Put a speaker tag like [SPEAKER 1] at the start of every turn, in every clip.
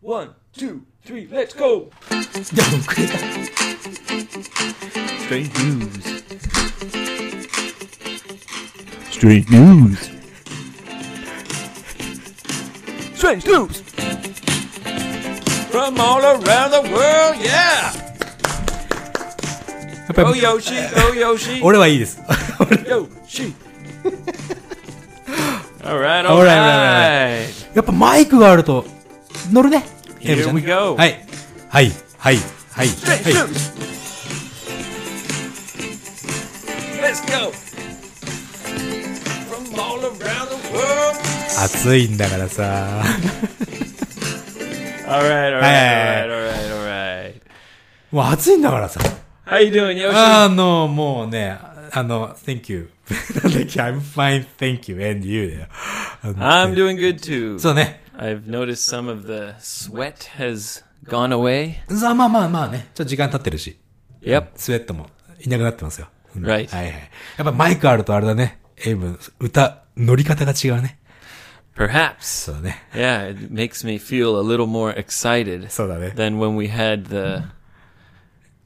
[SPEAKER 1] One, two, three, let's go!
[SPEAKER 2] でもくれた。Straight news. Straight news.
[SPEAKER 1] Strange news! From all around the world, yeah!
[SPEAKER 2] やっぱ
[SPEAKER 1] Go
[SPEAKER 2] り
[SPEAKER 1] Yoshi, go Yoshi,
[SPEAKER 2] 俺はいいです。
[SPEAKER 1] Yoshi! alright,
[SPEAKER 2] All right, all right,
[SPEAKER 1] alright.
[SPEAKER 2] やっぱマイクがあると乗るね。
[SPEAKER 1] Here
[SPEAKER 2] エムちゃん
[SPEAKER 1] we go.
[SPEAKER 2] はい。はい。はい。はい。
[SPEAKER 1] Strange
[SPEAKER 2] はい
[SPEAKER 1] news! Let's go! From all around the world!
[SPEAKER 2] 暑いんだからさ。
[SPEAKER 1] Alright, alright, alright,
[SPEAKER 2] Hey.
[SPEAKER 1] alright, alright.
[SPEAKER 2] もう暑いんだからさ。
[SPEAKER 1] How you doing, Yoshi?
[SPEAKER 2] あの、もうね、あの、thank you. なんだっけ、I'm fine, thank you, and you だよ。あ
[SPEAKER 1] I'm
[SPEAKER 2] の
[SPEAKER 1] doing good too.
[SPEAKER 2] そうね。
[SPEAKER 1] I've noticed some of the sweat has gone away.
[SPEAKER 2] ざまあまあまあね。ちょっと時間経ってるし、
[SPEAKER 1] Yep.
[SPEAKER 2] スウェットもいなくなってますよ。うん
[SPEAKER 1] Right.
[SPEAKER 2] はいはい。やっぱマイクあるとあれだね。エイブ、歌、乗り方が違うね。
[SPEAKER 1] Perhaps.
[SPEAKER 2] そうだね。
[SPEAKER 1] Yeah, it makes me feel a little more excited
[SPEAKER 2] そうだね。
[SPEAKER 1] than when we had the,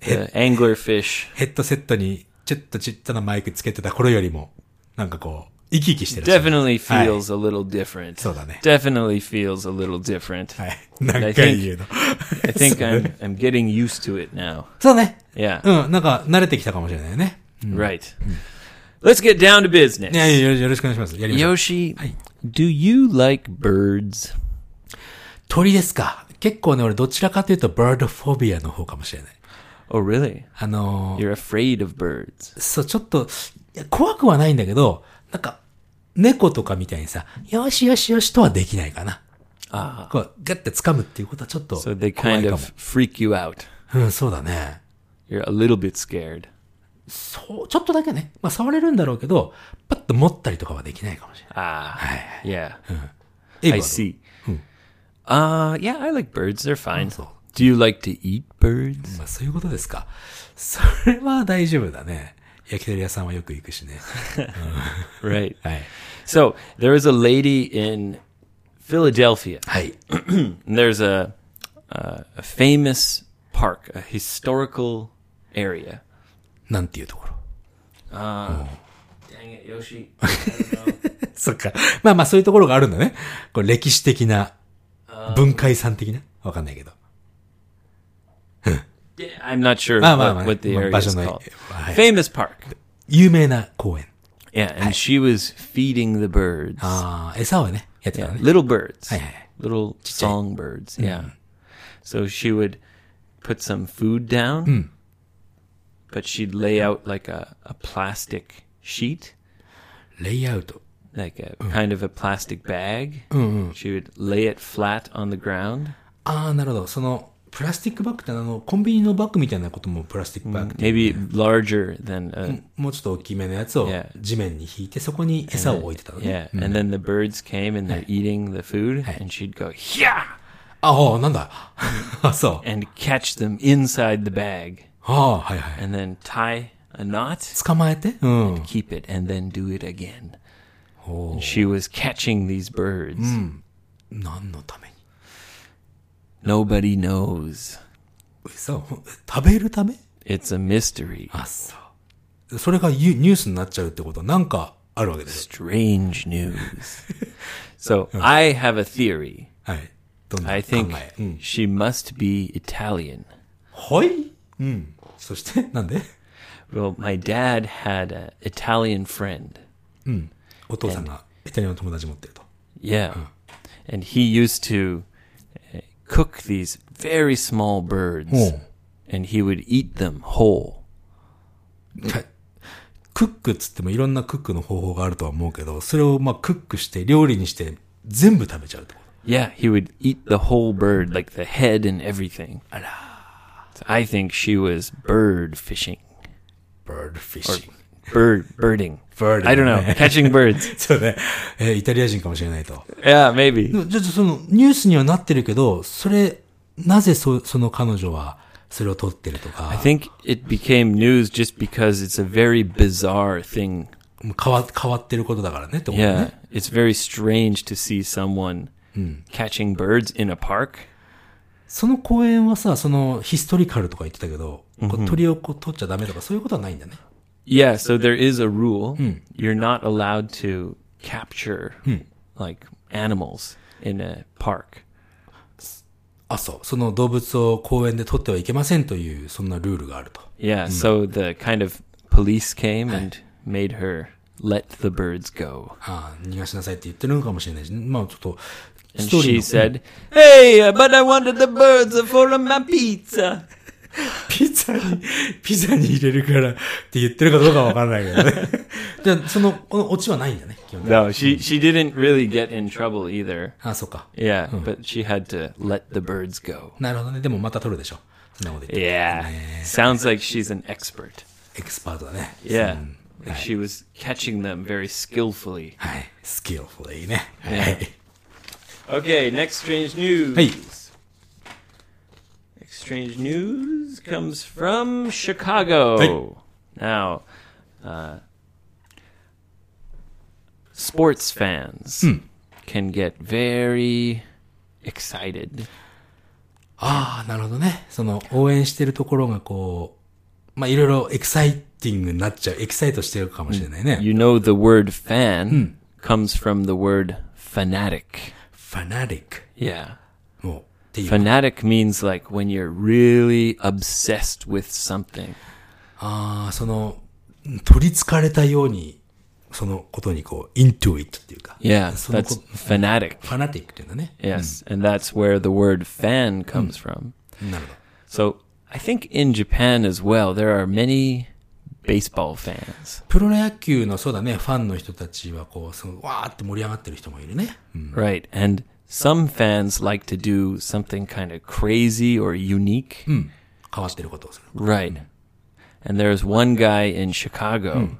[SPEAKER 1] the anglerfish.
[SPEAKER 2] ヘッドセットに、ちょっとちっちゃなマイクつけてた頃よりも、なんかこう、生き生きしてるし。
[SPEAKER 1] Definitely feels a little different.
[SPEAKER 2] そうだね。
[SPEAKER 1] Definitely feels a little different.
[SPEAKER 2] はい。何回言うの。
[SPEAKER 1] I think I'm, I'm getting used to it now.
[SPEAKER 2] そうね。
[SPEAKER 1] Yeah,
[SPEAKER 2] うん、なんか慣れてきたかもしれないね。
[SPEAKER 1] right. Let's get down to
[SPEAKER 2] いや
[SPEAKER 1] business.
[SPEAKER 2] いや、よろしくお願いします。やりましょう。
[SPEAKER 1] Yoshi, do you like birds?
[SPEAKER 2] 鳥ですか。結構ね、俺どちらかというと、バードフォビアの方かもしれない。
[SPEAKER 1] Oh, really?
[SPEAKER 2] あのー
[SPEAKER 1] You're afraid of birds.
[SPEAKER 2] そう、ちょっと、いや怖くはないんだけど、なんか、猫とかみたいにさ、よしよしよしとはできないかな。
[SPEAKER 1] Ah,
[SPEAKER 2] こう、ガッて掴むっていうことはちょっと
[SPEAKER 1] so
[SPEAKER 2] 怖
[SPEAKER 1] they
[SPEAKER 2] いかも。
[SPEAKER 1] kind of freak you out.
[SPEAKER 2] うん、そうだね。
[SPEAKER 1] You're a little bit scared.
[SPEAKER 2] そう、ちょっとだけね。まあ、触れるんだろうけど、パッと持ったりとかはできないかもしれない。
[SPEAKER 1] Ah, yeah.
[SPEAKER 2] エ
[SPEAKER 1] I
[SPEAKER 2] イブはどう
[SPEAKER 1] see. Uh, yeah, I like birds. They're fine.
[SPEAKER 2] so.
[SPEAKER 1] Do you like to eat birds?
[SPEAKER 2] まあ、そういうことですか。それは大丈夫だね。焼き鳥屋さんはよく行くしね。
[SPEAKER 1] Right.
[SPEAKER 2] はい。
[SPEAKER 1] So there is a lady in Philadelphia.
[SPEAKER 2] はい。
[SPEAKER 1] And there's a, uh, a famous park, a historical area.
[SPEAKER 2] なんていうところ。
[SPEAKER 1] Dang it, Yoshi.
[SPEAKER 2] そっか。まあまあそういうところがあるんだね。こう歴史的な、文化遺産的なわかんないけど。
[SPEAKER 1] I'm not sure
[SPEAKER 2] まあまあ
[SPEAKER 1] what,
[SPEAKER 2] まあ、ね。
[SPEAKER 1] what the
[SPEAKER 2] まあ
[SPEAKER 1] area
[SPEAKER 2] 場
[SPEAKER 1] is
[SPEAKER 2] 所の、
[SPEAKER 1] called.
[SPEAKER 2] はい、
[SPEAKER 1] Famous park.
[SPEAKER 2] 有名な公園。
[SPEAKER 1] Yeah, and she was feeding the birds.
[SPEAKER 2] ああ、餌をね、やってた
[SPEAKER 1] Yeah,
[SPEAKER 2] のね。
[SPEAKER 1] little birds.
[SPEAKER 2] Hey, hey, hey.
[SPEAKER 1] Little songbirds. Yeah. So she would put some food down, but she'd lay out like a, a plastic sheet,
[SPEAKER 2] レイアウト。
[SPEAKER 1] like a kind of a plastic bag. She would lay it flat on the ground.
[SPEAKER 2] ああ、なるほど。その、プラスティックバッグってあの、コンビニのバッグみたいなこともプラスティックバッグって、
[SPEAKER 1] Maybe larger than uh, a.
[SPEAKER 2] もうちょっと大きめのやつを
[SPEAKER 1] Yeah.
[SPEAKER 2] 地面に引いて、そこに餌を置いてたのね。
[SPEAKER 1] Yeah, and then the birds came and they're eating the food,
[SPEAKER 2] mm. Hey.
[SPEAKER 1] and she'd go, yeah,
[SPEAKER 2] ああ、なんだ。あ そう。
[SPEAKER 1] and catch them inside the bag,
[SPEAKER 2] ああ、はいはい。
[SPEAKER 1] and then tie a knot
[SPEAKER 2] 捕まえてうん。
[SPEAKER 1] keep it and then do it again.
[SPEAKER 2] お
[SPEAKER 1] And she was catching these birds.
[SPEAKER 2] 何のために
[SPEAKER 1] Nobody knows.
[SPEAKER 2] 嘘食べるため
[SPEAKER 1] It's a mystery.
[SPEAKER 2] あ、そう。それがゆニュースになっちゃうってことはなんかあるわけですよ。
[SPEAKER 1] Strange news. so I have a theory.
[SPEAKER 2] はい。どんな考
[SPEAKER 1] I
[SPEAKER 2] え
[SPEAKER 1] think
[SPEAKER 2] うん。
[SPEAKER 1] she must be Italian.
[SPEAKER 2] はいうん。そして、 なんで
[SPEAKER 1] Well, my dad had an Italian friend.
[SPEAKER 2] お父さんがイタリアの友達持ってると。
[SPEAKER 1] Yeah. And he used to uh, cook these very small birds
[SPEAKER 2] おう
[SPEAKER 1] and he would eat them whole.
[SPEAKER 2] クックっつってもいろんなクックの方法があるとは思うけど、それをまあクックして料理にして全部食べちゃうってこ
[SPEAKER 1] Yeah, he would eat the whole bird, like the head and everything. So I think she was bird fishing.
[SPEAKER 2] と。bird fishing.
[SPEAKER 1] Bird birding.
[SPEAKER 2] Birding,
[SPEAKER 1] I don't know.
[SPEAKER 2] yeah.
[SPEAKER 1] Catching birds.
[SPEAKER 2] そうね。えーイタリア人かもしれないと。
[SPEAKER 1] Yeah, maybe.
[SPEAKER 2] じゃあ、その、ニュースにはなってるけど、それ、なぜそ、その彼女は、それを撮ってるとか
[SPEAKER 1] I、think it became news just because it's a very bizarre thing.
[SPEAKER 2] もう変わ、変わってることだからねってことね。
[SPEAKER 1] Mm-hmm. Hmm. Yeah. It's very strange to see someone catching birds in a park.
[SPEAKER 2] その公演はさ、そのヒストリカルとか言ってたけど、こう鳥をこう取っちゃダメとかそういうことはないんだね。
[SPEAKER 1] Yeah, so there is a rule. You're not allowed to capture like animals in a park.
[SPEAKER 2] あ、そう。その動物を公園で取ってはいけませんという、そんなルールがあると。
[SPEAKER 1] Yeah, so the kind of police came and made her let the birds go.
[SPEAKER 2] ああ、逃がしなさいって言ってるのかもしれないし、まあちょっと、
[SPEAKER 1] And
[SPEAKER 2] ストー
[SPEAKER 1] she
[SPEAKER 2] リー
[SPEAKER 1] said,
[SPEAKER 2] の
[SPEAKER 1] "Hey, uh, but I wanted the birds for my pizza."
[SPEAKER 2] ピザに、ピザに入れるからって言ってるかどうかはわからないけどね。 じゃあ、その、このオチはないんだね、基本的に
[SPEAKER 1] No, she she didn't really get in trouble either.
[SPEAKER 2] ああ、そうか。
[SPEAKER 1] Yeah, but she had to let the birds go.
[SPEAKER 2] なるほどね。でもまた取るでしょ。そんなこと言って。
[SPEAKER 1] Yeah. Sounds like she's an expert.
[SPEAKER 2] エキスパートだね。
[SPEAKER 1] Yeah. Like she was catching them very skillfully.
[SPEAKER 2] はい。スキルフルいいね。はい。
[SPEAKER 1] Okay, next strange news.
[SPEAKER 2] Hey.
[SPEAKER 1] Next strange news comes from Chicago. Now, uh, sports fans can get very excited.
[SPEAKER 2] ああ、なるほどね。その、応援してるところがこう、まあ、いろいろエキサイティングになっちゃう。エキサイトしてるかもしれないね。
[SPEAKER 1] You know, the word fan comes from the word fanatic.
[SPEAKER 2] ファナリック。
[SPEAKER 1] Yeah.
[SPEAKER 2] もう、っていう。
[SPEAKER 1] Fanatic means like when you're really obsessed with something.
[SPEAKER 2] ああ、その、取り憑かれたように、そのことにこう、イントゥイットっていうか。
[SPEAKER 1] Yeah,
[SPEAKER 2] その
[SPEAKER 1] that's
[SPEAKER 2] こ
[SPEAKER 1] fanatic.
[SPEAKER 2] ファナティックっていうんだね。
[SPEAKER 1] Yes, and that's where the word fan comes from.
[SPEAKER 2] なるほど。
[SPEAKER 1] So I think in Japan as well, there are many baseball fans,
[SPEAKER 2] プロ野球の、そうだね、ファンの人たちはこう、その、わーって盛り上がってる人もいるね。うん
[SPEAKER 1] right? And some fans like to do something kind of crazy or unique,
[SPEAKER 2] 変わってることをする。
[SPEAKER 1] right? And there's one guy in Chicago,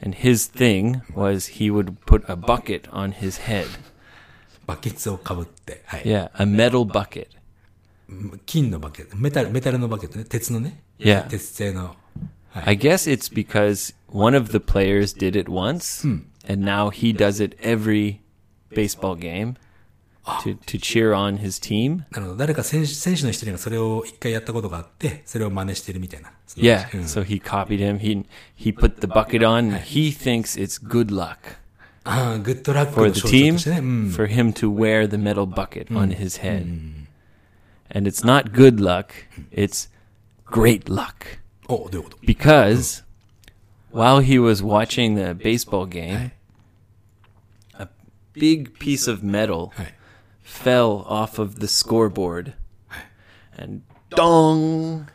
[SPEAKER 1] and his thing was he would put a bucket on his head.
[SPEAKER 2] バケツをかぶって、はい。
[SPEAKER 1] Yeah, a metal bucket.
[SPEAKER 2] 金のバケツ、メタル、メタルのバケツね、鉄のね。
[SPEAKER 1] Yeah.
[SPEAKER 2] 鉄製の。
[SPEAKER 1] I guess it's because one of the players did it once, and now he does it every baseball game to, to cheer on his team.
[SPEAKER 2] なるほど。誰か選手、選手の一人がそれを一回やったことがあって、それを真似してるみたいな。その
[SPEAKER 1] Yeah,
[SPEAKER 2] うん
[SPEAKER 1] so he copied him. He he put the bucket on. and He thinks it's good luck
[SPEAKER 2] ああ、グッドラック
[SPEAKER 1] for
[SPEAKER 2] の
[SPEAKER 1] the
[SPEAKER 2] 象徴
[SPEAKER 1] team
[SPEAKER 2] としてね。うん。
[SPEAKER 1] for him to wear the metal bucket on his head. And it's not good luck; it's great luck.
[SPEAKER 2] お、どういうこと
[SPEAKER 1] because while he was watching the baseball game, a big piece of metal
[SPEAKER 2] はい。
[SPEAKER 1] fell off of the scoreboard and dong.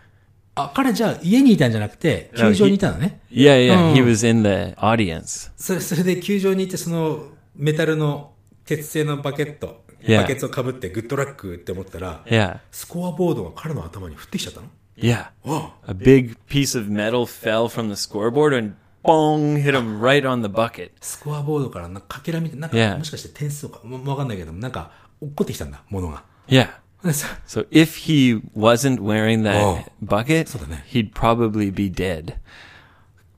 [SPEAKER 2] あ、彼じゃあ家にいたんじゃなくて、球場にいたのね。
[SPEAKER 1] Yeah, yeah, he was in the audience.
[SPEAKER 2] それ、それで球場に行って、その、メタルの鉄製のバケット、
[SPEAKER 1] Yeah.
[SPEAKER 2] バケツをかぶってグッドラックって思ったら、
[SPEAKER 1] Yeah,
[SPEAKER 2] スコアボードが彼の頭に降ってきちゃったの
[SPEAKER 1] yeah.
[SPEAKER 2] わ
[SPEAKER 1] A big piece of metal fell from the scoreboard and bong hit him right on the bucket.
[SPEAKER 2] スコアボードからなんかかけらみたいな、なん
[SPEAKER 1] Yeah.
[SPEAKER 2] か、もしかして点数か、ももうわかんないけども、なんか、落っこってきたんだ、ものが。
[SPEAKER 1] Yeah.
[SPEAKER 2] でさ
[SPEAKER 1] So if he wasn't wearing that
[SPEAKER 2] Oh.
[SPEAKER 1] bucket,
[SPEAKER 2] そうだね。
[SPEAKER 1] he'd probably be dead.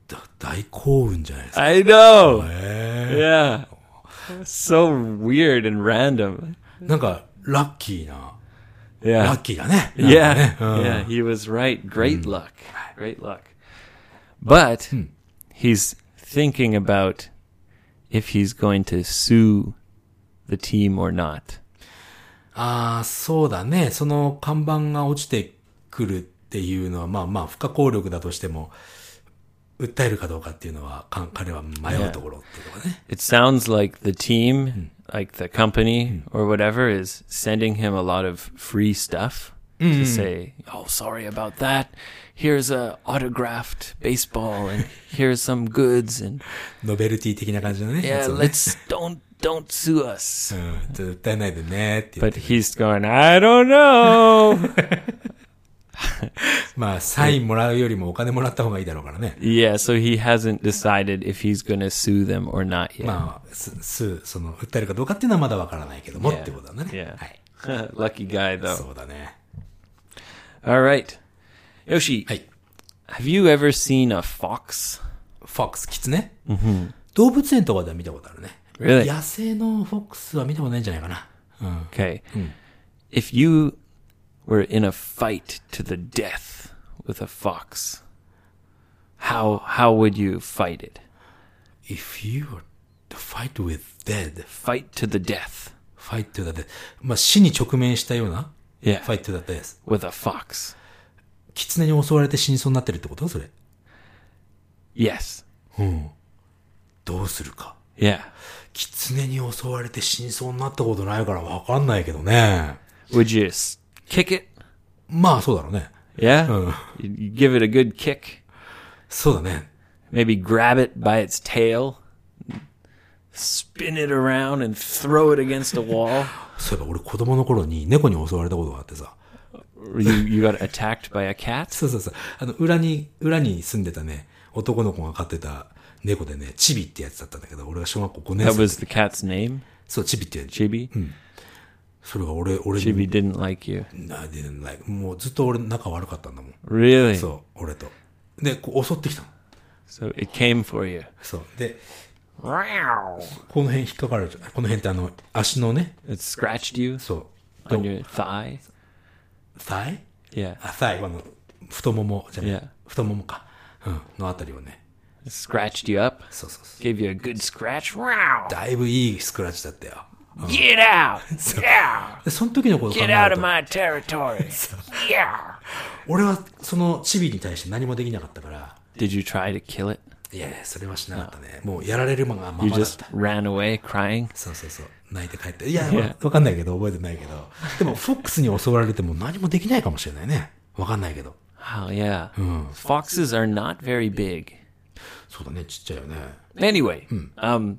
[SPEAKER 2] だ大幸運じゃないですか。
[SPEAKER 1] I know. Yeah. So weird and random.
[SPEAKER 2] なんか、ラッキーな、ラ
[SPEAKER 1] Yeah.
[SPEAKER 2] ッキーだね。
[SPEAKER 1] Yeah. Yeah. He was right. Great luck. Great luck. But he's thinking about if he's going to sue the team or not.
[SPEAKER 2] ああ、そうだね。その看板が落ちてくるっていうのは、まあまあ、不可抗力だとしても、訴えるかどうかっていうのは、か彼は迷うところっていうのがね。
[SPEAKER 1] It sounds like the team, like the company or whatever, is sending him a lot of free stuff to say, "Oh, sorry about that. Here's a autographed baseball, and here's some goods, and
[SPEAKER 2] ノベルティ的な感じのね。や
[SPEAKER 1] yeah,
[SPEAKER 2] つを ね
[SPEAKER 1] let's don't don't sue us."
[SPEAKER 2] うん、ちょっと訴えないでねって言っ
[SPEAKER 1] But
[SPEAKER 2] て。
[SPEAKER 1] he's going, "I don't know."
[SPEAKER 2] まあ、サインもらうよりもお金もらった方がいいだろうからね。
[SPEAKER 1] yeah, so he hasn't decided if he's going to sue them or not yet.
[SPEAKER 2] まあ、す、す、その、訴えるかどうかっていうのはまだわからないけども
[SPEAKER 1] Yeah.
[SPEAKER 2] ってことだね。
[SPEAKER 1] Yeah.
[SPEAKER 2] はい。
[SPEAKER 1] Lucky guy though.
[SPEAKER 2] そうだね。
[SPEAKER 1] All right, Yoshi,
[SPEAKER 2] はい。
[SPEAKER 1] have you ever seen a fox?
[SPEAKER 2] フォックス、キツネ動物園とかでは見たことあるね。
[SPEAKER 1] Really?
[SPEAKER 2] 野生のフォックスは見たことないんじゃないかな。
[SPEAKER 1] Okay. If you We're in a fight to the death with a fox. How how would you fight it?
[SPEAKER 2] If you were to fight with dead,
[SPEAKER 1] Fight to the death
[SPEAKER 2] fight to the death.まあ、死に直面したような、
[SPEAKER 1] Yeah.
[SPEAKER 2] fight to the death。
[SPEAKER 1] with a fox.
[SPEAKER 2] 狐に襲われて死にそうになってるってことそれ。
[SPEAKER 1] Yes.
[SPEAKER 2] どうするか。
[SPEAKER 1] Yeah.
[SPEAKER 2] 狐に襲われて死にそうになったことないからわかんないけどね。
[SPEAKER 1] Would you s- kick it?
[SPEAKER 2] まあ、そうだろうね。
[SPEAKER 1] Yeah.
[SPEAKER 2] Oh.
[SPEAKER 1] You you give it a good kick.
[SPEAKER 2] そうだね。
[SPEAKER 1] Maybe grab it by its tail, spin it around, and throw it against a wall.
[SPEAKER 2] そういえば俺子供の頃に猫に襲われたことがあってさ。
[SPEAKER 1] Or you, you got attacked by a cat?
[SPEAKER 2] そうそうそう。あの、裏に、裏に住んでたね、男の子が飼ってた猫でね、チビってやつだったんだけど、俺が小学校5年
[SPEAKER 1] That
[SPEAKER 2] 生の時。
[SPEAKER 1] was the cat's name,
[SPEAKER 2] そう、チビってやつ。
[SPEAKER 1] Chibi.
[SPEAKER 2] それが俺、俺に、
[SPEAKER 1] Chibi didn't like you.
[SPEAKER 2] なでないもうずっと俺仲悪かったんだもん。
[SPEAKER 1] Really?
[SPEAKER 2] そう、俺と。で、こう襲ってきたの。
[SPEAKER 1] So it came for you.
[SPEAKER 2] そう。で、この辺引っかかるじゃん。この辺ってあの、足のね、
[SPEAKER 1] It scratched you
[SPEAKER 2] そう。
[SPEAKER 1] on your thigh.
[SPEAKER 2] サイ
[SPEAKER 1] Yeah.
[SPEAKER 2] あ、サイ、あの、太ももじゃない、
[SPEAKER 1] Yeah.
[SPEAKER 2] 太ももか。うん、のあたりをね。
[SPEAKER 1] It scratched you up.
[SPEAKER 2] そうそうそう。
[SPEAKER 1] Gave you a good scratch. Wow.
[SPEAKER 2] だいぶいいスクラッチだったよ。
[SPEAKER 1] Get out. Yeah.
[SPEAKER 2] で、その時のことを考
[SPEAKER 1] Get
[SPEAKER 2] える
[SPEAKER 1] out
[SPEAKER 2] と
[SPEAKER 1] of。my territory. Yeah.
[SPEAKER 2] 俺はそのチビに対して何もできなかったから、
[SPEAKER 1] Did you try to kill it?
[SPEAKER 2] いやいや、それはしなかったね。もうやられるままま
[SPEAKER 1] You
[SPEAKER 2] まだっ
[SPEAKER 1] just
[SPEAKER 2] た。
[SPEAKER 1] ran away crying?
[SPEAKER 2] そうそうそう。泣いて帰って。いや、わわかんないけど、覚えてないけど。でも、フォックスに襲われても何もできないかもしれないね。わかんないけど。
[SPEAKER 1] Oh, yeah. Foxes are not very big.
[SPEAKER 2] そうだね、ちっちゃいよね。
[SPEAKER 1] Anyway, um,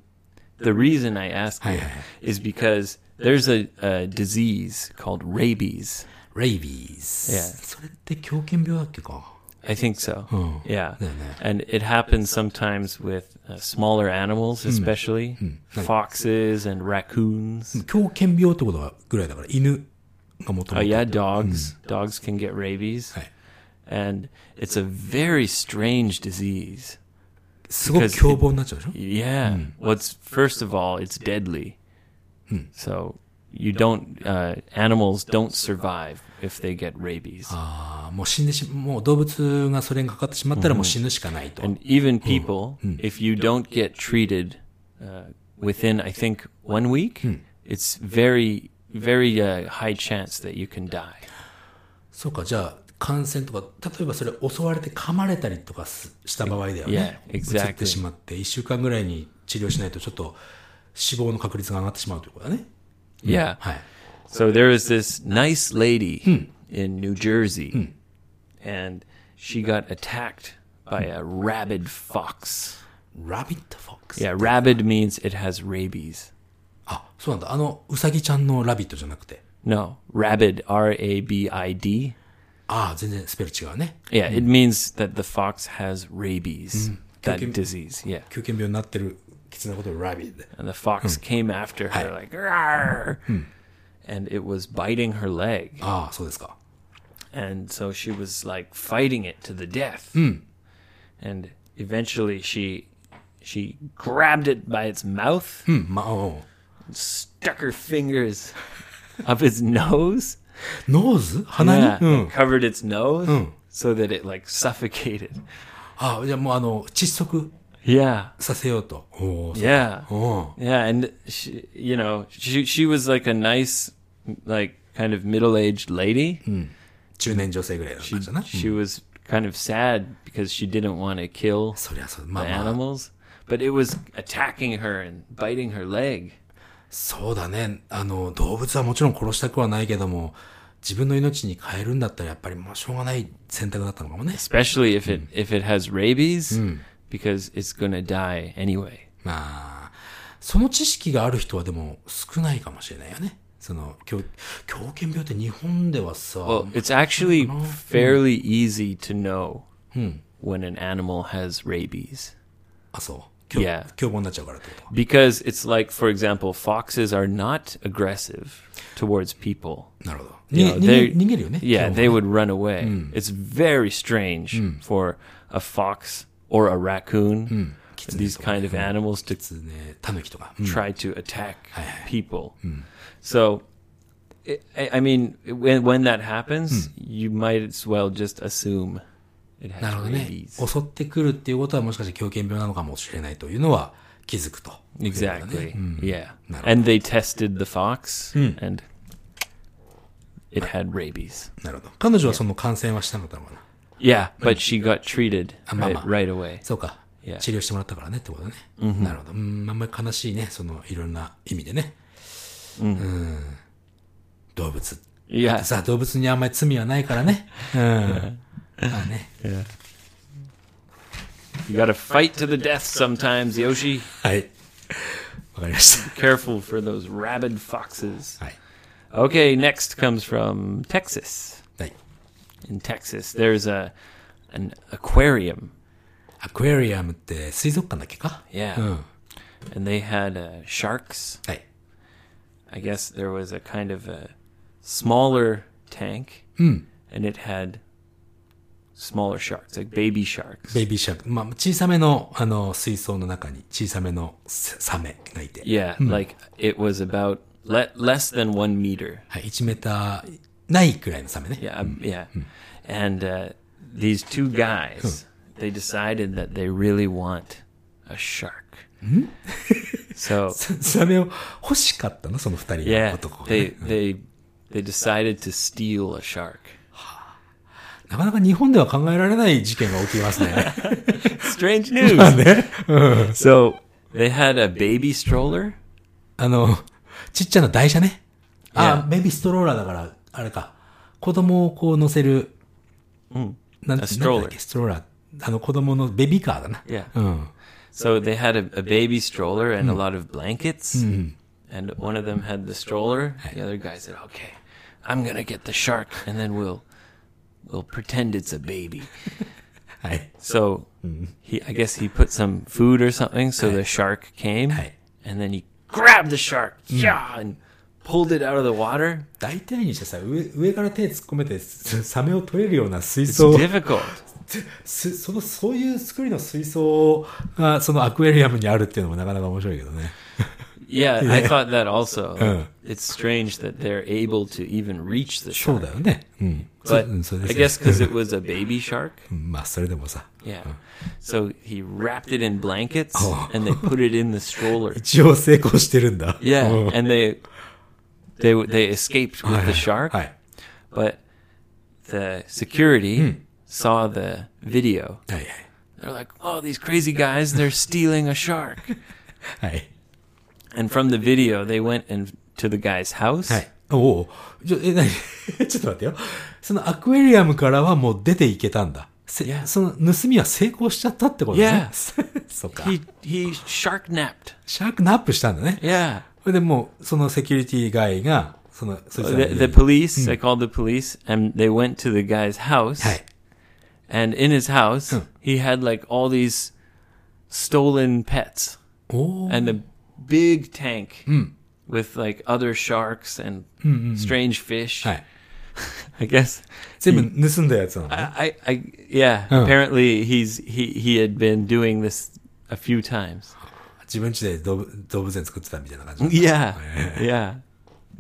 [SPEAKER 1] the reason I ask
[SPEAKER 2] Hi,
[SPEAKER 1] you
[SPEAKER 2] hi, hi.
[SPEAKER 1] is because there's a, a disease called rabies.
[SPEAKER 2] レイビーズ。
[SPEAKER 1] Yeah.
[SPEAKER 2] それって狂犬病だっけか。
[SPEAKER 1] I think so. Yeah.
[SPEAKER 2] Yeah, yeah.
[SPEAKER 1] And it happens sometimes with uh, smaller animals, especially foxes and raccoons.
[SPEAKER 2] 狂犬病ってことはぐらいだから、犬がもとも
[SPEAKER 1] Oh,
[SPEAKER 2] と。
[SPEAKER 1] yeah, dogs. Dogs can get rabies.
[SPEAKER 2] Hi.
[SPEAKER 1] And it's a very strange disease.
[SPEAKER 2] すごく凶暴になっちゃうでしょ
[SPEAKER 1] Yeah. Well, it's, first of all, it's deadly. So you don't, uh, animals don't survive if they get rabies.
[SPEAKER 2] Ah. ああ、もう死んでし、もう動物がそれにかかってしまったらもう死ぬしかないと。
[SPEAKER 1] And even people, if you don't get treated uh, within, I think, one week, it's very, very uh, high chance that you can die.
[SPEAKER 2] そうか、じゃあ、感染とか、例えばそれ襲われて噛まれたりとかすした場合だよね。
[SPEAKER 1] Yeah, exactly.
[SPEAKER 2] 移ってしまって、1週間ぐらいに治療しないとちょっと死亡の確率が上がってしまうということだね。
[SPEAKER 1] Yeah.
[SPEAKER 2] はい。
[SPEAKER 1] So there was this Hmm. nice lady in New Jersey, and she got attacked by a rabid fox.
[SPEAKER 2] ラビットフォックス。
[SPEAKER 1] Yeah, rabid means it has rabies.
[SPEAKER 2] あ、そうなんだ。あの、ウサギちゃんのラビットじゃなくて。
[SPEAKER 1] No, rabid, R A B I D.
[SPEAKER 2] ああ、全然スペル違うね。
[SPEAKER 1] Yeah, it means that the fox has rabies, that
[SPEAKER 2] Cooking-
[SPEAKER 1] disease. Yeah.
[SPEAKER 2] 狂犬病になってる、きつなことをラビット。
[SPEAKER 1] And the fox came after her, like, "Rar!" and it was biting her leg.
[SPEAKER 2] ああ、そうですか。
[SPEAKER 1] And so she was like fighting it to the death. And eventually she she grabbed it by its mouth,
[SPEAKER 2] うん、まあ、うん
[SPEAKER 1] stuck her fingers up its nose,
[SPEAKER 2] ノーズ鼻に、
[SPEAKER 1] yeah,
[SPEAKER 2] う
[SPEAKER 1] and
[SPEAKER 2] ん。
[SPEAKER 1] covered its nose so that it like suffocated.
[SPEAKER 2] ああ、じゃあもうあの、窒息
[SPEAKER 1] Yeah.
[SPEAKER 2] させようと。おー
[SPEAKER 1] Yeah.
[SPEAKER 2] うん。
[SPEAKER 1] Yeah, and she, you know, she she was like a nice, like kind of middle aged lady.
[SPEAKER 2] 中年女性ぐらいの感じだな。
[SPEAKER 1] She was kind of sad because she didn't want to kill
[SPEAKER 2] そりゃそう、
[SPEAKER 1] the
[SPEAKER 2] まあまあ、
[SPEAKER 1] animals, but it was attacking her and biting her leg.
[SPEAKER 2] そうだね。あの、動物はもちろん殺したくはないけども、自分の命に変えるんだったらやっぱりもうしょうがない選択だったのかもね。
[SPEAKER 1] Especially if it if it has rabies, because it's gonna die anyway.
[SPEAKER 2] まあ、その知識がある人はでも少ないかもしれないよね。その、狂狂犬病って日本ではさ、
[SPEAKER 1] Well, it's actually fairly easy to know when an animal has rabies.
[SPEAKER 2] あ、そう。狂
[SPEAKER 1] Yeah.
[SPEAKER 2] 狂暴になっちゃうからってこと。
[SPEAKER 1] Because it's like, for example, foxes are not aggressive towards people.
[SPEAKER 2] なるほど。
[SPEAKER 1] You
[SPEAKER 2] に
[SPEAKER 1] know,
[SPEAKER 2] 逃げ
[SPEAKER 1] they-
[SPEAKER 2] 逃げるよね。
[SPEAKER 1] Yeah,
[SPEAKER 2] 狂暴
[SPEAKER 1] they Hmm. would run away. It's very strange for a fox or a raccoon, these kind of animals, to Hmm.
[SPEAKER 2] ね、タヌキとか。うん
[SPEAKER 1] try to attack people. So I, I mean, when when that happens, you might as well just assume it
[SPEAKER 2] な
[SPEAKER 1] has
[SPEAKER 2] るほどね。
[SPEAKER 1] rabies.
[SPEAKER 2] 襲ってくるっていうことはもしかして狂犬病なのかもしれないというのは気づくと。
[SPEAKER 1] Exactly. Yeah.
[SPEAKER 2] なるほど。
[SPEAKER 1] And they tested Hmm. the Hmm. fox, and it had rabies.
[SPEAKER 2] なるほど。彼女はその感染はしたのだろうな。
[SPEAKER 1] Yeah, but she got treated right,
[SPEAKER 2] mama.
[SPEAKER 1] right away.
[SPEAKER 2] そうか。
[SPEAKER 1] Yeah.
[SPEAKER 2] 治療してもらったからねってことね。なるほど。うん、あんまり悲しいね。そのいろんな意味でね。うん。動物。
[SPEAKER 1] Yeah.
[SPEAKER 2] さあ、動物にあんまり罪はないからね。うん。まあね。
[SPEAKER 1] You gotta fight to the death sometimes, Yoshi.
[SPEAKER 2] はい。わかりまし
[SPEAKER 1] Careful for those rabid foxes.
[SPEAKER 2] た。はい。
[SPEAKER 1] Okay, next comes from Texas.
[SPEAKER 2] はい。
[SPEAKER 1] In Texas, there's a an aquarium.
[SPEAKER 2] アクエリアムって水族館だっけか
[SPEAKER 1] Yeah.
[SPEAKER 2] うん。
[SPEAKER 1] And they had uh, sharks.
[SPEAKER 2] はい。
[SPEAKER 1] I guess there was a kind of a smaller tank, and it had smaller sharks, like baby sharks.
[SPEAKER 2] ベイビーシャーク。まあ、小さめの、あの、水槽の中に小さめのササメがいて。
[SPEAKER 1] Yeah, like it was about le- less than one meter.
[SPEAKER 2] はい、1メーターないくらいのサメね。
[SPEAKER 1] Yeah, um, yeah. And uh, these two guys, they decided that they really want a shark. so
[SPEAKER 2] サメを欲しかったのその二人の
[SPEAKER 1] yeah,
[SPEAKER 2] 男が、
[SPEAKER 1] they
[SPEAKER 2] ね。
[SPEAKER 1] they they decidedと steal a shark.
[SPEAKER 2] なかなか日本では考えられない事件が起きますね。
[SPEAKER 1] Strange news. so they had a baby stroller.
[SPEAKER 2] あの、ちっちゃな台車ね。あ、
[SPEAKER 1] Yeah.
[SPEAKER 2] ベビーストローラーだから、あれか。子供をこう乗せる。うん。なん
[SPEAKER 1] A
[SPEAKER 2] なん
[SPEAKER 1] stroller.
[SPEAKER 2] だっけストローラー。あの子供のベビーカーだな。
[SPEAKER 1] Yeah.
[SPEAKER 2] うん。
[SPEAKER 1] So they had a, a baby stroller and a lot of blankets. And one of them had the stroller. The other guy said, "Okay, I'm gonna get the shark, and then we'll we'll pretend it's a baby."
[SPEAKER 2] はい。
[SPEAKER 1] So he, I guess, he put some food or something. So the shark came,
[SPEAKER 2] Hey.
[SPEAKER 1] and then he grabbed the shark, yeah, and pulled it out of the water.
[SPEAKER 2] 大体にしてさ、上上から手突っ込めて、すサメを取れるような水
[SPEAKER 1] It's
[SPEAKER 2] 槽を
[SPEAKER 1] difficult.
[SPEAKER 2] すその、そういう作りの水槽が、そのアクエリアムにあるっていうのもなかなか面白いけどね。
[SPEAKER 1] Yeah, I thought that also.
[SPEAKER 2] Uh.
[SPEAKER 1] It's strange that they're able to even reach the
[SPEAKER 2] そう
[SPEAKER 1] shark.
[SPEAKER 2] だよね。うん。
[SPEAKER 1] But
[SPEAKER 2] うんそれ
[SPEAKER 1] I
[SPEAKER 2] で
[SPEAKER 1] guess because it was a baby shark.
[SPEAKER 2] うんまあ、それでもさ。
[SPEAKER 1] Yeah. So he wrapped it in blankets and they put it in the stroller.
[SPEAKER 2] 一応成功してるんだ。
[SPEAKER 1] Yeah,
[SPEAKER 2] うん
[SPEAKER 1] and they they they escaped
[SPEAKER 2] はい
[SPEAKER 1] with
[SPEAKER 2] は
[SPEAKER 1] the
[SPEAKER 2] い
[SPEAKER 1] shark,
[SPEAKER 2] はい。
[SPEAKER 1] but the security saw the video.
[SPEAKER 2] はいはい。
[SPEAKER 1] They're like, "Oh, these crazy guys, they're stealing a shark."
[SPEAKER 2] はい。
[SPEAKER 1] And from the video, they went and to the guy's house.
[SPEAKER 2] はい。おお。ちょ、え、なに ちょっと待ってよ。そのアクエリアムからはもう出ていけたんだ。せその盗みは成功しちゃったってことね。 そっか。
[SPEAKER 1] He he shark napped.
[SPEAKER 2] シャークナップしたんだね。
[SPEAKER 1] Yeah.
[SPEAKER 2] それでもう、そのセキュリティガイが、その、そいつら
[SPEAKER 1] The,
[SPEAKER 2] に
[SPEAKER 1] the police, they called the police and they went to the guy's house.
[SPEAKER 2] はい。
[SPEAKER 1] And in his house, he had like all these stolen pets
[SPEAKER 2] おお。
[SPEAKER 1] and a big tank with like other sharks and strange fish.
[SPEAKER 2] はい。
[SPEAKER 1] I guess.
[SPEAKER 2] 全部盗んだやつなのね。
[SPEAKER 1] I, I, I yeah. Apparently, he's he he had been doing this a few times.
[SPEAKER 2] 自分家で動物動物園作ってたみたいな感じなんだ。
[SPEAKER 1] Yeah, yeah,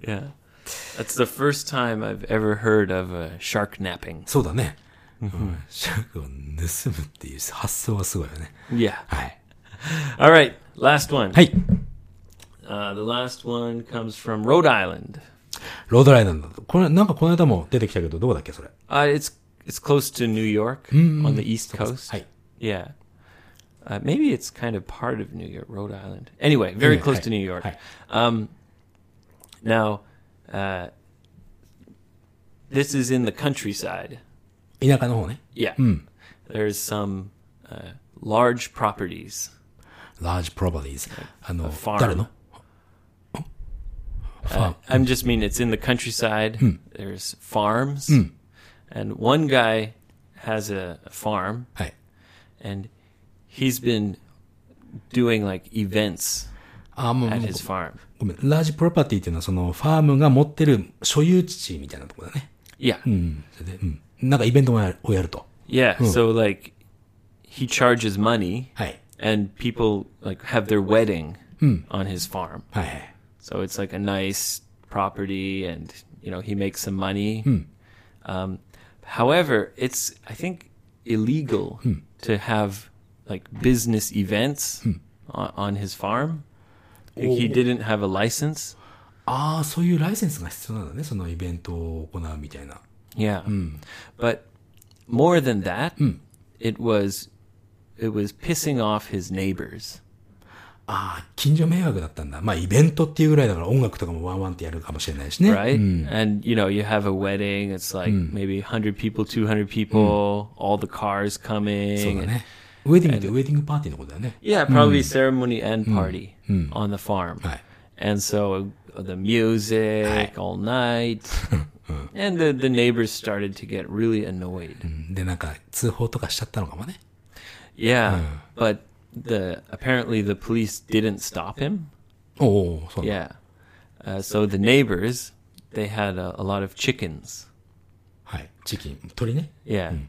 [SPEAKER 1] yeah. That's the first time I've ever heard of uh, shark napping.
[SPEAKER 2] そうだね。うんシャークを盗むっていう発想はすごいよね。
[SPEAKER 1] Yeah.
[SPEAKER 2] はい。
[SPEAKER 1] All right, last one.
[SPEAKER 2] はい。
[SPEAKER 1] Uh, the last one comes from Rhode Island.
[SPEAKER 2] ロードライナーだと。これ、なんかこの間も出てきたけど、どこだっけ、それ。
[SPEAKER 1] Uh, it's it's close to New York on the East Coast.
[SPEAKER 2] はい。
[SPEAKER 1] Yeah. Uh, maybe it's kind of part of New York, Rhode Island. Anyway, very
[SPEAKER 2] Anyway,
[SPEAKER 1] close
[SPEAKER 2] hi,
[SPEAKER 1] to New York.
[SPEAKER 2] hi.
[SPEAKER 1] Um, now, uh, this is in the countryside.
[SPEAKER 2] 田舎の方ね。
[SPEAKER 1] Yeah. There's some uh, large properties.
[SPEAKER 2] large properties. あの
[SPEAKER 1] farm.、
[SPEAKER 2] 誰の
[SPEAKER 1] Uh, I'm just mean it's in the countryside. There's farms.
[SPEAKER 2] Hmm.
[SPEAKER 1] And one guy has a, a farm
[SPEAKER 2] はい。
[SPEAKER 1] and he's been doing like events
[SPEAKER 2] あ、もう、も
[SPEAKER 1] at
[SPEAKER 2] う
[SPEAKER 1] his farm.
[SPEAKER 2] ごめん。large property っていうのは、その、ファームが持ってる所有地みたいなところだね。
[SPEAKER 1] Yeah.
[SPEAKER 2] うん。それで、うん。なんかイベントをやるをやると。
[SPEAKER 1] Yeah. So like he charges money
[SPEAKER 2] はい。
[SPEAKER 1] and people like have their wedding on his farm.
[SPEAKER 2] はいはい。
[SPEAKER 1] So it's like a nice property and you know, he makes some money. Um, however, it's I think illegal to have like business events on, on his farm. He didn't have a license.
[SPEAKER 2] ああ、そういうライセンスが必要なんだね。そのイベントを行うみたいな。
[SPEAKER 1] Yeah. But more than that, it was it was pissing off his neighbors.
[SPEAKER 2] ああ、近所迷惑だったんだ。まあ、イベントっていうぐらいだから音楽とかもワンワンってやるかもしれないしね。
[SPEAKER 1] right? And you know, you have a wedding, it's like maybe 100 people, 200 people, all the cars
[SPEAKER 2] そう
[SPEAKER 1] coming.
[SPEAKER 2] だ
[SPEAKER 1] and-
[SPEAKER 2] ね。ウェディングってウェディングパーティーのことだよね。
[SPEAKER 1] yeah, probably ceremony and party on the farm.
[SPEAKER 2] Right.
[SPEAKER 1] And so uh, the music all night. and the, the neighbors started to get really annoyed.
[SPEAKER 2] で、なんか通報とかしちゃったのかもね。
[SPEAKER 1] Yeah. But the apparently the police didn't stop him.
[SPEAKER 2] おうおう、そうなんだ
[SPEAKER 1] Yeah. Uh, so the neighbors, they had a, a lot of chickens.
[SPEAKER 2] はい。チキン、鳥ね。
[SPEAKER 1] Yeah. And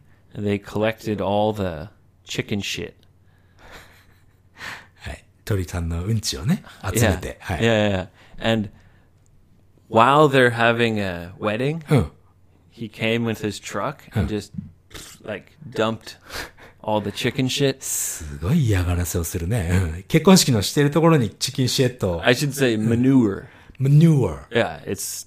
[SPEAKER 1] they collected all the chicken shit.
[SPEAKER 2] はい。鳥さんのうんちをね、集め
[SPEAKER 1] Yeah.
[SPEAKER 2] て。
[SPEAKER 1] yeah.
[SPEAKER 2] はい。
[SPEAKER 1] Yeah. yeah. And while they're having a wedding,
[SPEAKER 2] うん。
[SPEAKER 1] he came with his truck and just like dumped all the chicken shit.
[SPEAKER 2] すごい嫌がらせをするね。うん結婚式のしてるところにチキンシエット、
[SPEAKER 1] I should say manure.
[SPEAKER 2] manure。
[SPEAKER 1] Yeah, it's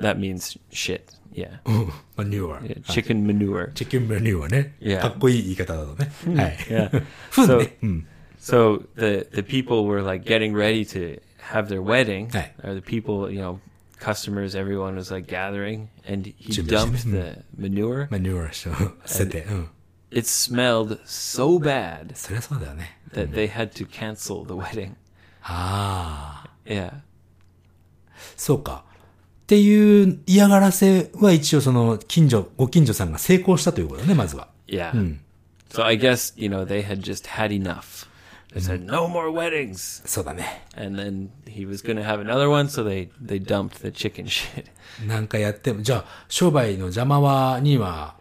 [SPEAKER 1] that means shit. Yeah.
[SPEAKER 2] うん manure。
[SPEAKER 1] Yeah, Chicken manure.
[SPEAKER 2] チキン manure ね。
[SPEAKER 1] Yeah.
[SPEAKER 2] かっこいい言い方だとね。はい。
[SPEAKER 1] Yeah.
[SPEAKER 2] ふん
[SPEAKER 1] So
[SPEAKER 2] ね。うん。
[SPEAKER 1] so the the people were like getting ready to have their wedding.
[SPEAKER 2] Hey.
[SPEAKER 1] Or the people, you know, customers, everyone was like gathering and he
[SPEAKER 2] Jimmy,
[SPEAKER 1] dumped
[SPEAKER 2] Jimmy.
[SPEAKER 1] the manure.
[SPEAKER 2] manure しょ 捨てて。うん。
[SPEAKER 1] It smelled so bad
[SPEAKER 2] そりゃそうだよね。
[SPEAKER 1] that they had to cancel the wedding.
[SPEAKER 2] ああ。
[SPEAKER 1] Yeah.
[SPEAKER 2] そうか。っていう嫌がらせは一応その近所、ご近所さんが成功したということだね、まずは。
[SPEAKER 1] Yeah. So I guess, you know, they had just had enough. They said, no more weddings.
[SPEAKER 2] そうだね。
[SPEAKER 1] And then he was going to have another one, so they, they dumped the chicken shit.
[SPEAKER 2] なんかやっても、じゃあ商売の邪魔は、には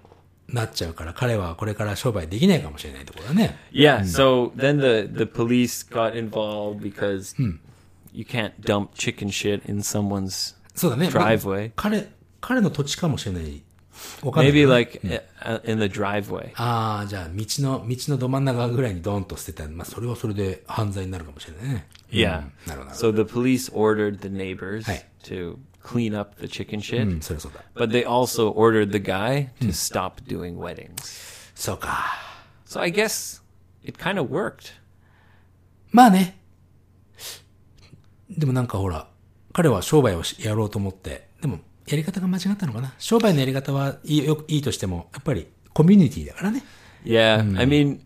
[SPEAKER 2] なっちゃうから、彼はこれから商売できないかもしれないところだね。
[SPEAKER 1] Yeah. So then the, the police got involved because you can't dump chicken shit in someone's.
[SPEAKER 2] そうだね。
[SPEAKER 1] Driveway
[SPEAKER 2] 彼、彼の土地かもしれない。わかんない
[SPEAKER 1] Maybe like uh, in the driveway.
[SPEAKER 2] ああ、じゃあ、道の、道のど真ん中ぐらいにドーンと捨てたら、まあ、それはそれで犯罪になるかもしれないね。
[SPEAKER 1] Yeah.
[SPEAKER 2] なるほどなるほど。
[SPEAKER 1] So the police ordered the neighbors
[SPEAKER 2] Hey. Hmm.
[SPEAKER 1] to clean up the chicken shit.
[SPEAKER 2] うん、そりゃそうだ。
[SPEAKER 1] But they also ordered the guy to stop doing weddings.
[SPEAKER 2] そうか。
[SPEAKER 1] So I guess it kind of worked.
[SPEAKER 2] まあね。でもなんかほら、彼は商売をしやろうと思って、でも、やり方が間違ったのかな。商売のやり方はいいよいいとしても、やっぱりコミュニティだからね。
[SPEAKER 1] Yeah, I mean,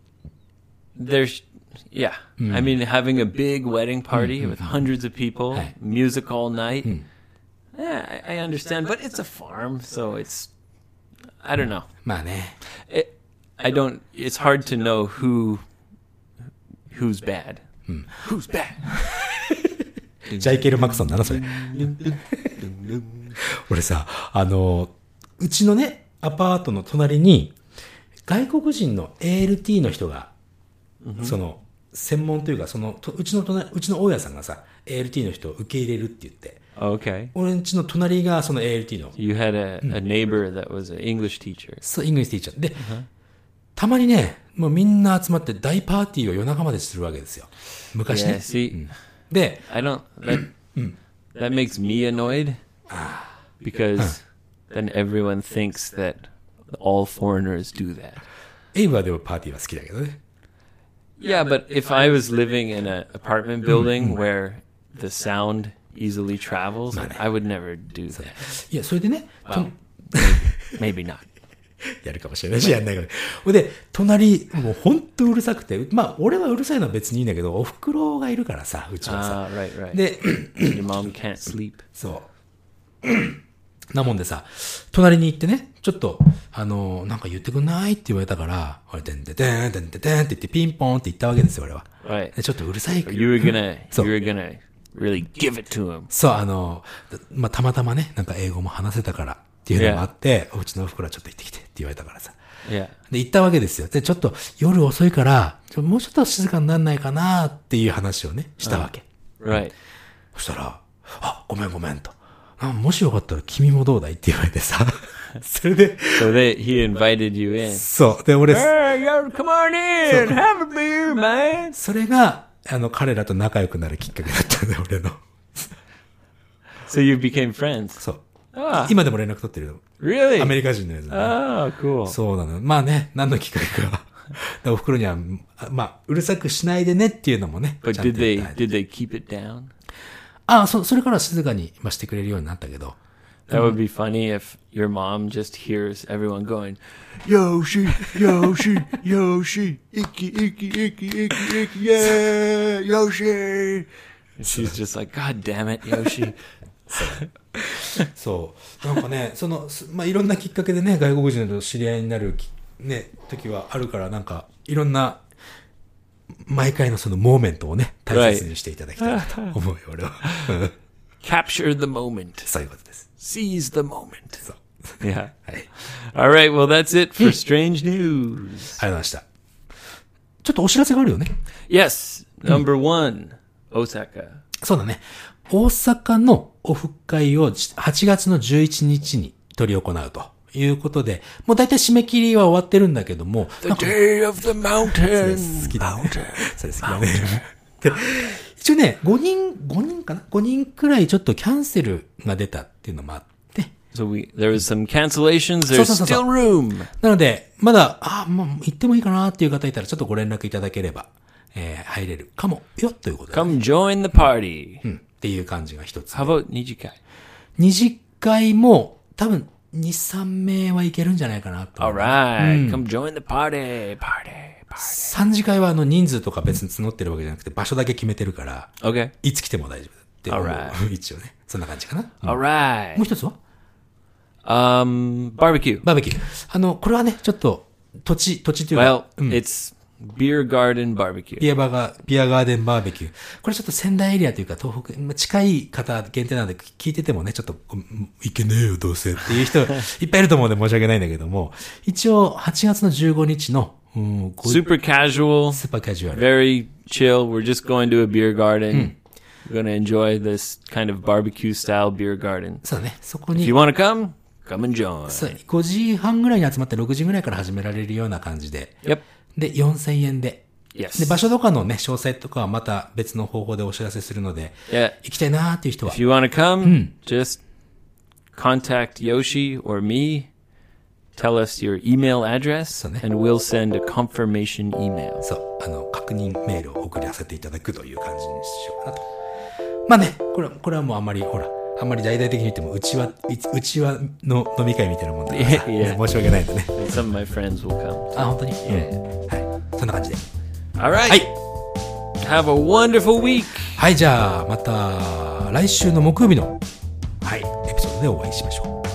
[SPEAKER 1] there's, yeah, I mean, having a big wedding party with hundreds of people,
[SPEAKER 2] Hey.
[SPEAKER 1] music all night. Yeah, I, I understand, but it's a farm, so it's, I don't know.
[SPEAKER 2] まあね。
[SPEAKER 1] It, I don't. It's hard to know who, who's bad. Who's bad?
[SPEAKER 2] ジャイケル・マクソンだな、それ。俺さ、あの、うちのね、アパートの隣に、外国人の ALT の人が、その、専門というか、その、とうちの隣、うちの大家さんがさ、ALT の人を受け入れるって言って、
[SPEAKER 1] Okay.
[SPEAKER 2] 俺んちの隣がその ALT の、
[SPEAKER 1] You had a, a neighbor that was an English teacher.
[SPEAKER 2] そう、イングリッシュティーチャー。で、たまにね、もうみんな集まって大パーティーを夜中までするわけですよ。昔
[SPEAKER 1] Yeah.
[SPEAKER 2] ね。
[SPEAKER 1] See,
[SPEAKER 2] で、
[SPEAKER 1] I don't. That, that makes me annoyed Ah. because then everyone thinks that all foreigners do that.
[SPEAKER 2] エイブはでもパーティーは好きだけどね。
[SPEAKER 1] Yeah, but if I was living in an apartment building where the sound easily travels, I would never do that.
[SPEAKER 2] いや、それでね、と
[SPEAKER 1] Maybe not.
[SPEAKER 2] やるかもしれないし、やんないから。ほいで、隣、もうほんとうるさくて、まあ、俺はうるさいのは別にいいんだけど、お袋がいるからさ、うちはさ。
[SPEAKER 1] Ah, right, right.
[SPEAKER 2] で、
[SPEAKER 1] Your mom can't sleep.
[SPEAKER 2] そう。なもんでさ、隣に行ってね、ちょっと、あの、なんか言ってくんないって言われたから、俺、てんてんてんてんてんてんって言ってピンポンって言ったわけですよ、俺は。
[SPEAKER 1] Right.
[SPEAKER 2] でちょっとうるさいから
[SPEAKER 1] You were gonna,
[SPEAKER 2] So-
[SPEAKER 1] you were gonna really give it to him.
[SPEAKER 2] そう、あの、まあ、たまたまね、なんか英語も話せたからっていうのもあって、おうちのお袋はちょっと行ってきてって言われたからさ。
[SPEAKER 1] Yeah.
[SPEAKER 2] で、行ったわけですよ。で、ちょっと夜遅いから、ちょもうちょっと静かになんないかなっていう話をね、したわけ。
[SPEAKER 1] Right.
[SPEAKER 2] そしたら、あ、ごめんごめんと。あもしよかったら君もどうだいって言われてさ。 それで、
[SPEAKER 1] So they he invited you in.
[SPEAKER 2] そう。で、俺、
[SPEAKER 1] Hey, yo, come on in, have a beer, man.
[SPEAKER 2] それが、あの、彼らと仲良くなるきっかけだったんだよ、俺の。
[SPEAKER 1] So you became friends.
[SPEAKER 2] そう。
[SPEAKER 1] Ah,
[SPEAKER 2] 今でも連絡取ってるよ。
[SPEAKER 1] really?
[SPEAKER 2] アメリカ人のやつ、ね。
[SPEAKER 1] Oh, cool.
[SPEAKER 2] そうなのよ。まあね、何のきっ かけか。だからお袋には、あまあ、うるさくしないでねっていうのもね。ち
[SPEAKER 1] But
[SPEAKER 2] ゃんと
[SPEAKER 1] did
[SPEAKER 2] 言
[SPEAKER 1] they
[SPEAKER 2] った
[SPEAKER 1] did they keep it down?
[SPEAKER 2] ああ、そう、それからは静かにまあしてくれるようになったけど。
[SPEAKER 1] That would be funny if your mom just hears everyone going,
[SPEAKER 3] よし、よし、よし、いき、いき、いき、いき、いき、イェーイ、よし。
[SPEAKER 1] and she's just like, "God damn it, Yoshi."
[SPEAKER 2] そう。なんかね、 その、すまあ、いろんなきっかけでね、外国人と知り合いになるき、ね、時はあるから、なんか、いろんな、毎回のそのモーメントをね、大切にしていただきたいなと思うよ、俺は。 うん
[SPEAKER 1] Capture the moment.
[SPEAKER 2] そういうことです。
[SPEAKER 1] Seize the moment.
[SPEAKER 2] そう。
[SPEAKER 1] Yeah.
[SPEAKER 2] はい。ありがとう
[SPEAKER 1] All right. Well, that's it for strange news.
[SPEAKER 2] ございました。ちょっとお知らせがあるよね。
[SPEAKER 1] Yes. Number one, Osaka.
[SPEAKER 2] そうだね。大阪のオフ会をし8月の11日に取り行うということで、もう大体締め切りは終わってるんだけども、
[SPEAKER 1] The day of the mountain.
[SPEAKER 2] 好きだね。 それ好きだね。で一応ね、5人、5人かな ?5 人くらいちょっとキャンセルが出たっていうのもあって、
[SPEAKER 1] So we there was some cancellations.
[SPEAKER 2] so,
[SPEAKER 1] There's
[SPEAKER 2] so,
[SPEAKER 1] still
[SPEAKER 2] so.
[SPEAKER 1] room.
[SPEAKER 2] なので、まだ、ああ、もう行ってもいいかなっていう方いたらちょっとご連絡いただければ、えー入れるかもよということで、
[SPEAKER 1] Come join the party.
[SPEAKER 2] うん、っていう感じが一つ。
[SPEAKER 1] How about Nijikai?
[SPEAKER 2] 二次会も多分2、3名はいけるんじゃないかなと
[SPEAKER 1] All。right.
[SPEAKER 2] Hmm.
[SPEAKER 1] Come join the party. Party. Party.
[SPEAKER 2] 三次会はあの人数とか別に募ってるわけじゃなくて場所だけ決めてるから、
[SPEAKER 1] Okay.
[SPEAKER 2] いつ来ても大丈夫だって思う。
[SPEAKER 1] Alright.
[SPEAKER 2] 一応ね。そんな感じかな。も
[SPEAKER 1] All right.
[SPEAKER 2] う一つは
[SPEAKER 1] Um, barbecue.
[SPEAKER 2] バーベキュー。あの、これはね、ちょっと土地、土地というか、
[SPEAKER 1] Well, it's beer garden barbecue.
[SPEAKER 2] ビアバーガー、ビアガーデンバーベキュー。これちょっと仙台エリアというか東北、まあ近い方限定なんで聞いててもね、ちょっと、うんいけねえよ、どうせっていう 人いっぱいいると思うんで申し訳ないんだけども、一応8月の15日の、うん、こう
[SPEAKER 1] Super casual,
[SPEAKER 2] スーパーカジュアル。
[SPEAKER 1] very chill. We're just going to a beer
[SPEAKER 2] Hmm.
[SPEAKER 1] garden. We're going to enjoy this kind of barbecue style beer garden.
[SPEAKER 2] そうだね、そこ
[SPEAKER 1] If
[SPEAKER 2] に
[SPEAKER 1] you、want to come, come and join.
[SPEAKER 2] そう5時半ぐらいに集まって6時ぐらいから始められるような感じで、
[SPEAKER 1] Yep.
[SPEAKER 2] で、4000円で。で、
[SPEAKER 1] Yes.
[SPEAKER 2] 場所とかのね、詳細とかはまた別の方法でお知らせするので、
[SPEAKER 1] Yeah.
[SPEAKER 2] 行きたいなーっていう人は
[SPEAKER 1] If、you want to come, just contact Yoshi or me. Tell us your email address,
[SPEAKER 2] So, yeah.
[SPEAKER 1] and we'll send a confirmation email.
[SPEAKER 2] そう、あの、確認メールを送らせていただくという感じにしようかなと。まあね、これは、これはもうあんまり、ほら、あんまり大々的に言っても、うちは、うちはの飲み会みたいなもんで、
[SPEAKER 1] いやいや
[SPEAKER 2] ね申し訳ないんでね。
[SPEAKER 1] And some of my friends will come.
[SPEAKER 2] あ、本当に、うんはい。そんな感じで。
[SPEAKER 1] All right. Have a wonderful week.
[SPEAKER 2] はい、じゃあ、また、来週の木曜日の、はい、エピソードでお会いしましょう。